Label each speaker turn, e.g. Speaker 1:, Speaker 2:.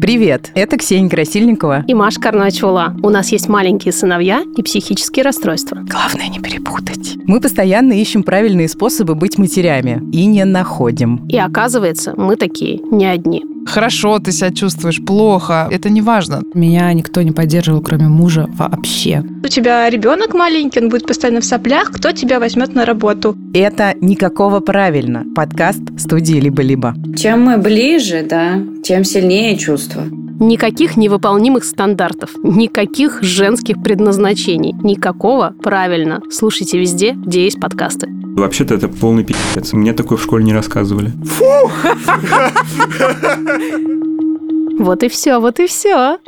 Speaker 1: Привет, это Ксения Красильникова.
Speaker 2: и Маша Карначула. У нас есть маленькие сыновья и психические расстройства.
Speaker 1: Главное не перепутать. Мы постоянно ищем правильные способы быть матерями и не находим.
Speaker 2: И оказывается, мы такие не одни.
Speaker 3: Хорошо ты себя чувствуешь, плохо. Это не важно.
Speaker 4: Меня никто не поддерживал, кроме мужа, вообще.
Speaker 5: У тебя ребенок маленький, он будет постоянно в соплях, кто тебя возьмет на работу?
Speaker 1: Это никакого правильно. Подкаст студии «Либо-либо».
Speaker 6: Чем мы ближе, да, тем сильнее чувство.
Speaker 2: Никаких невыполнимых стандартов, никаких женских предназначений, никакого правильно. Слушайте везде, где есть подкасты.
Speaker 7: Вообще-то это полный пи***ц. Мне такое в школе не рассказывали.
Speaker 2: Вот и все, вот и все.